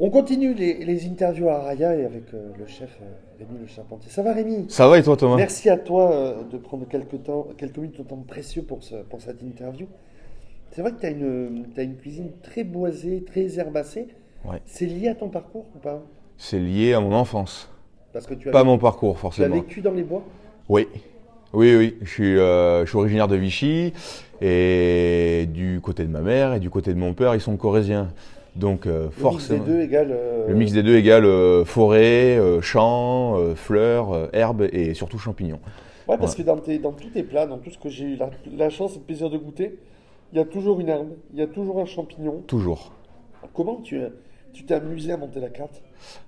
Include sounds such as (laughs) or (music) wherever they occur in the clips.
On continue les, les interviews à Raya et avec euh, le chef euh, Rémi Le Charpentier. Ça va Rémi Ça va et toi Thomas Merci à toi euh, de prendre quelques, temps, quelques minutes de temps précieux pour, ce- pour cette interview. C'est vrai que tu as une, t'as une cuisine très boisée, très herbacée. Ouais. C'est lié à ton parcours ou pas C'est lié à mon enfance, Parce que tu as, pas à mon parcours tu as forcément. vécu dans les bois. Oui, oui, oui. Je suis, euh, je suis originaire de Vichy et du côté de ma mère et du côté de mon père, ils sont corésiens. Donc euh, forcément. Le mix des deux égale. euh, Le mix des deux égale euh, forêt, euh, champs, euh, fleurs, euh, herbes et surtout champignons. Ouais, parce que dans, tes- dans tous tes plats, dans tout ce que j'ai eu la, la chance et le plaisir de goûter, il y a toujours une herbe, il y a toujours un champignon. Toujours. Comment tu tu t'es amusé à monter la carte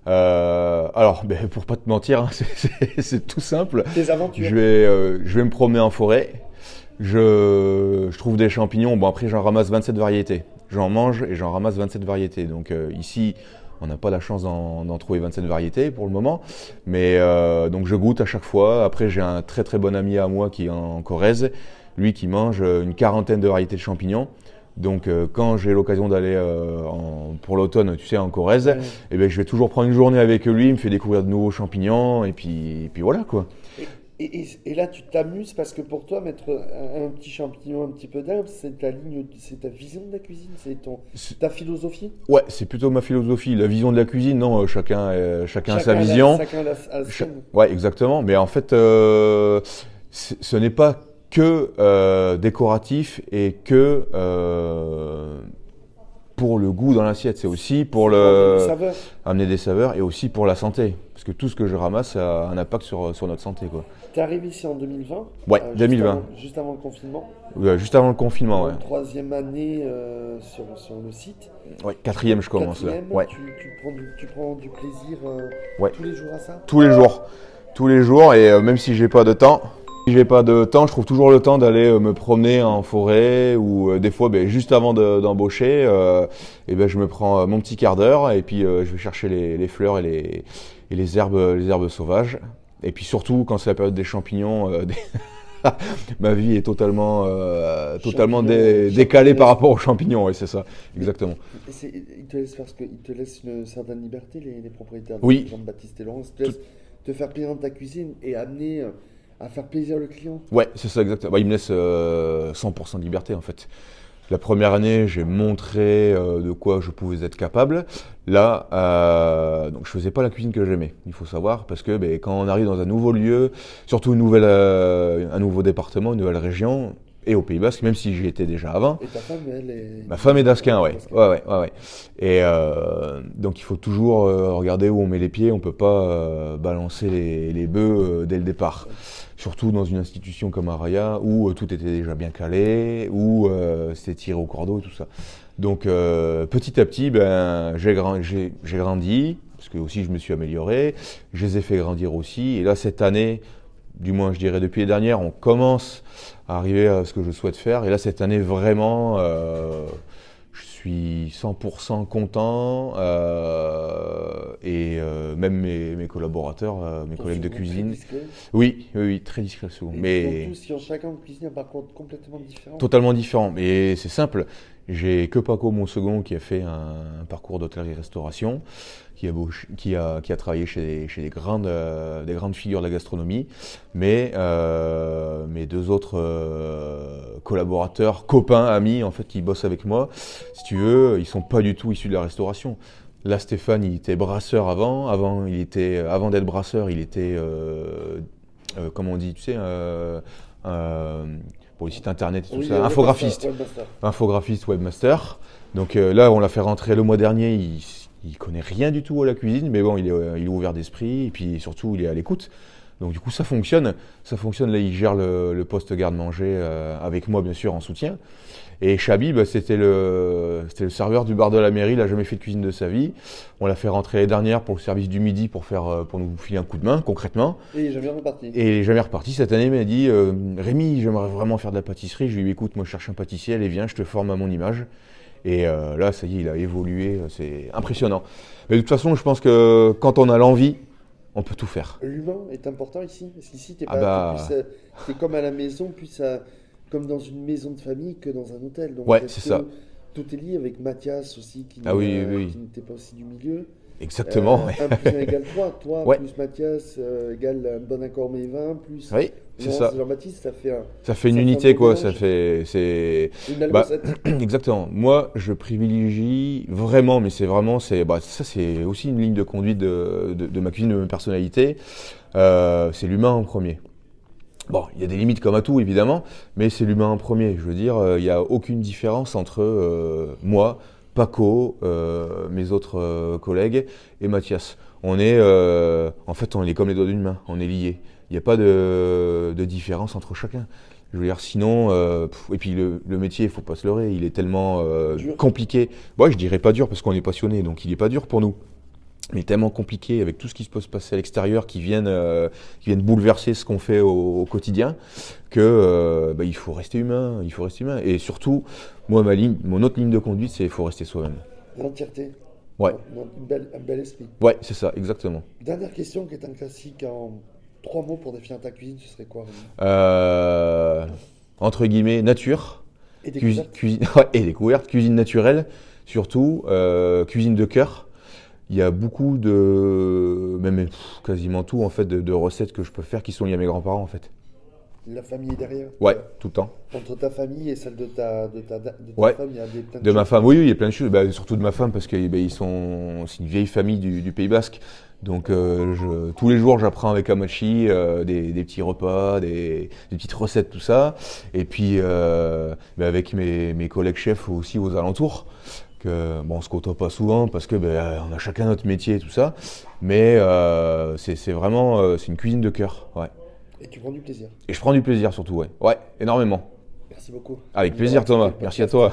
Euh, alors, (laughs) ben, pour pas te mentir, hein, (laughs) c'est- c'est c'est tout simple. Tes aventures Je vais, euh, je vais me promener en forêt. Je, je trouve des champignons. Bon, après, j'en ramasse 27 variétés. J'en mange et j'en ramasse 27 variétés. Donc, euh, ici, on n'a pas la chance d'en d'en trouver 27 variétés pour le moment. Mais euh, donc, je goûte à chaque fois. Après, j'ai un très très bon ami à moi qui est en Corrèze. Lui qui mange euh, une quarantaine de variétés de champignons. Donc, euh, quand j'ai l'occasion d'aller euh, en- pour l'automne, tu sais, en Corrèze, Ouais. eh ben, je vais toujours prendre une journée avec lui. Il me fait découvrir de nouveaux champignons. Et puis, et puis voilà quoi. Et, et- et là, tu t'amuses parce que pour toi, mettre un, un petit champignon, un petit peu d'herbe, c'est ta ligne, c'est ta vision de la cuisine, c'est ton, C'est- ta philosophie. Ouais, c'est plutôt ma philosophie. La vision de la cuisine, non, euh, chacun, euh, chacun, a sa a la- vision. chacun a la- a la Cha- sienne. Ouais, exactement. Mais en fait, euh, c- ce n'est pas que euh, décoratif et que euh, pour le goût dans l'assiette. C'est aussi pour le Les saveurs. amener des saveurs et aussi pour la santé. Parce que tout ce que je ramasse a un impact sur, sur notre santé. Quoi. T'es arrivé ici en 2020. Ouais, euh, juste 2020. avant- Juste avant, le confinement. Ouais, euh, Juste avant le confinement, ouais. Donc, Troisième année euh, sur, sur le site. ouais. Euh, Quatrième, je commence là. Quatrième, Ouais. tu, tu prends du, tu prends du plaisir euh, Ouais. tous les jours à ça. tous les jours. Tous les jours, et euh, même si j'ai pas de temps, si j'ai pas de temps, je trouve toujours le temps d'aller euh, me promener en forêt ou euh, des fois, ben, juste avant de- d'embaucher, euh, eh ben, je me prends euh, mon petit quart d'heure et puis euh, je vais chercher les, les fleurs et les, et les herbes, les herbes sauvages. Et puis surtout, quand c'est la période des champignons, euh, (laughs) des- ma vie est totalement, euh, totalement Champignons, dé- champignons. décalée par rapport aux champignons, et c'est ça, exactement. Et c'est- Ils te laissent faire ce que, ils te laissent une certaine liberté, les, les propriétaires. de Oui. Jean-Baptiste et Laurence, ils te laissent te faire plaisir dans ta cuisine et amener euh, à faire plaisir le client. Ouais, c'est ça exactement. Bah, il me laisse euh, 100% de liberté en fait. La première année, j'ai montré euh, de quoi je pouvais être capable. Là, euh, donc je faisais pas la cuisine que j'aimais. Il faut savoir parce que ben, quand on arrive dans un nouveau lieu, surtout une nouvelle, euh, un nouveau département, une nouvelle région, et au Pays Basque, même si j'y étais déjà avant, Et ta femme, elle est. Ma femme est d'Asquin, ouais. Dasquin. Ouais, ouais, ouais, ouais. Et euh, donc il faut toujours euh, regarder où on met les pieds. On peut pas euh, balancer les, les bœufs euh, dès le départ. Surtout dans une institution comme Araya où euh, tout était déjà bien calé, où euh, c'était tiré au cordeau et tout ça. Donc euh, petit à petit, ben j'ai gran- j'ai- j'ai grandi parce que aussi je me suis amélioré. Je les ai fait grandir aussi. Et là cette année, du moins je dirais depuis les dernières, on commence à arriver à ce que je souhaite faire. Et là, cette année, vraiment, euh, je suis 100% content. euh, et euh, même mes, mes collaborateurs, euh, mes Ton collègues de second cuisine. fils, discret. Oui, oui, oui, très discret souvent. Et Ils Mais ont tous, ils ont chacun cuisine un parcours complètement différent. totalement différent. Mais c'est simple. J'ai que Paco, mon second, qui a fait un, un parcours d'hôtellerie-restauration, qui a, bouch- qui a, qui a travaillé chez, des- chez des, grandes, euh, des grandes figures de la gastronomie. Mais euh, mes deux autres euh, collaborateurs, copains, amis, en fait, qui bossent avec moi, si tu veux, ils sont pas du tout issus de la restauration. Là, Stéphane, il était brasseur avant. Avant, il était, avant d'être brasseur, il était, euh, euh, comment on dit, tu sais, euh, euh, pour les sites internet et tout Oui, ça, euh, infographiste webmaster, webmaster. infographiste webmaster. Donc euh, là, on l'a fait rentrer le mois dernier. Il, il connaît rien du tout à la cuisine, mais bon, il est, euh, il est ouvert d'esprit et puis surtout, il est à l'écoute. Donc du coup, ça fonctionne. Ça fonctionne. Là, il gère le, le poste garde-manger euh, avec moi, bien sûr, en soutien. Et Chabi, bah, c'était le, c'était le serveur du bar de la mairie. Il n'a jamais fait de cuisine de sa vie. On l'a fait rentrer les dernières pour le service du midi pour faire, euh, pour nous filer un coup de main, concrètement. Et il est jamais reparti. Et il est jamais reparti cette année, mais il a dit euh, Rémi, j'aimerais vraiment faire de la pâtisserie. Je lui ai dit écoute, moi je cherche un pâtissier, allez, viens, je te forme à mon image. Et euh, là, ça y est, il a évolué, euh, c'est impressionnant. Mais de toute façon, je pense que quand on a l'envie, on peut tout faire. L'humain est important ici. Parce qu'ici, t'es Ah pas. t'es bah. plus, euh, t'es comme à la maison, plus à- comme dans une maison de famille que dans un hôtel. Donc, Ouais, est-ce c'est que ça. Tout est lié avec Mathias aussi, qui Ah oui, n'a- oui, oui. qui n'était pas aussi du milieu. Exactement. Euh, 1 plus 1 égale 3. Toi, Ouais. plus Mathias euh, égale un bon accord mais 20, plus oui, c'est Laurence ça. et Jean-Baptiste, ça fait un- Ça fait une Ça fait un unité, beau quoi. mélange. Ça fait. C'est. une Bah, almocette. (clears throat) Exactement. Moi, je privilégie vraiment, mais c'est vraiment, c'est bah, ça, c'est aussi une ligne de conduite de, de- de ma cuisine, de ma personnalité. Euh, c'est l'humain en premier. Bon, il y a des limites comme à tout, évidemment, mais c'est l'humain en premier. Je veux dire, euh, il n'y a aucune différence entre euh, moi, Paco, euh, mes autres euh, collègues et Mathias. On est, euh, en fait, on est comme les doigts d'une main. On est liés. Il n'y a pas de- de différence entre chacun. Je veux dire, sinon, euh, pff, et puis le, le métier, il faut pas se leurrer, il est tellement euh, Dur. compliqué. Ouais, je dirais pas dur parce qu'on est passionné, donc il est pas dur pour nous. Mais tellement compliqué avec tout ce qui se peut se passer à l'extérieur, qui viennent, euh, qui viennent bouleverser ce qu'on fait au, au quotidien, que euh, bah, il faut rester humain, il faut rester humain. Et surtout, moi, ma ligne, mon autre ligne de conduite, c'est il faut rester soi-même. L'entièreté. Ouais. Dans une belle- un bel esprit. Ouais, c'est ça, exactement. Dernière question qui est un classique en trois mots pour définir ta cuisine, ce serait quoi Rémi Euh, entre guillemets, nature. Et des Cuisine, couvertes cuisine- (laughs) ouais, et découverte, cuisine naturelle, surtout, euh, cuisine de cœur. Il y a beaucoup de, même pff, quasiment tout en fait, de, de recettes que je peux faire qui sont liées à mes grands-parents en fait. La famille est derrière Ouais, tout le temps. Entre ta famille et celle de ta, de ta, de ta Ouais. femme, il y a des plein De ma choses. femme, oui, oui, il y a plein de choses, Bah, surtout de ma femme parce que eh ben, ils sont, c'est une vieille famille du, du Pays Basque. Donc euh, je- tous les jours, j'apprends avec Amachi euh, des, des petits repas, des, des petites recettes, tout ça. Et puis euh, ben, avec mes, mes collègues chefs aussi aux alentours, que bon, on se côtoie pas souvent parce que ben, on a chacun notre métier et tout ça. Mais euh, c'est c'est vraiment, euh, c'est une cuisine de cœur. Ouais. Et tu prends du plaisir. Et je prends du plaisir surtout, ouais, ouais, énormément. Merci beaucoup. Avec plaisir, Thomas. Merci à toi.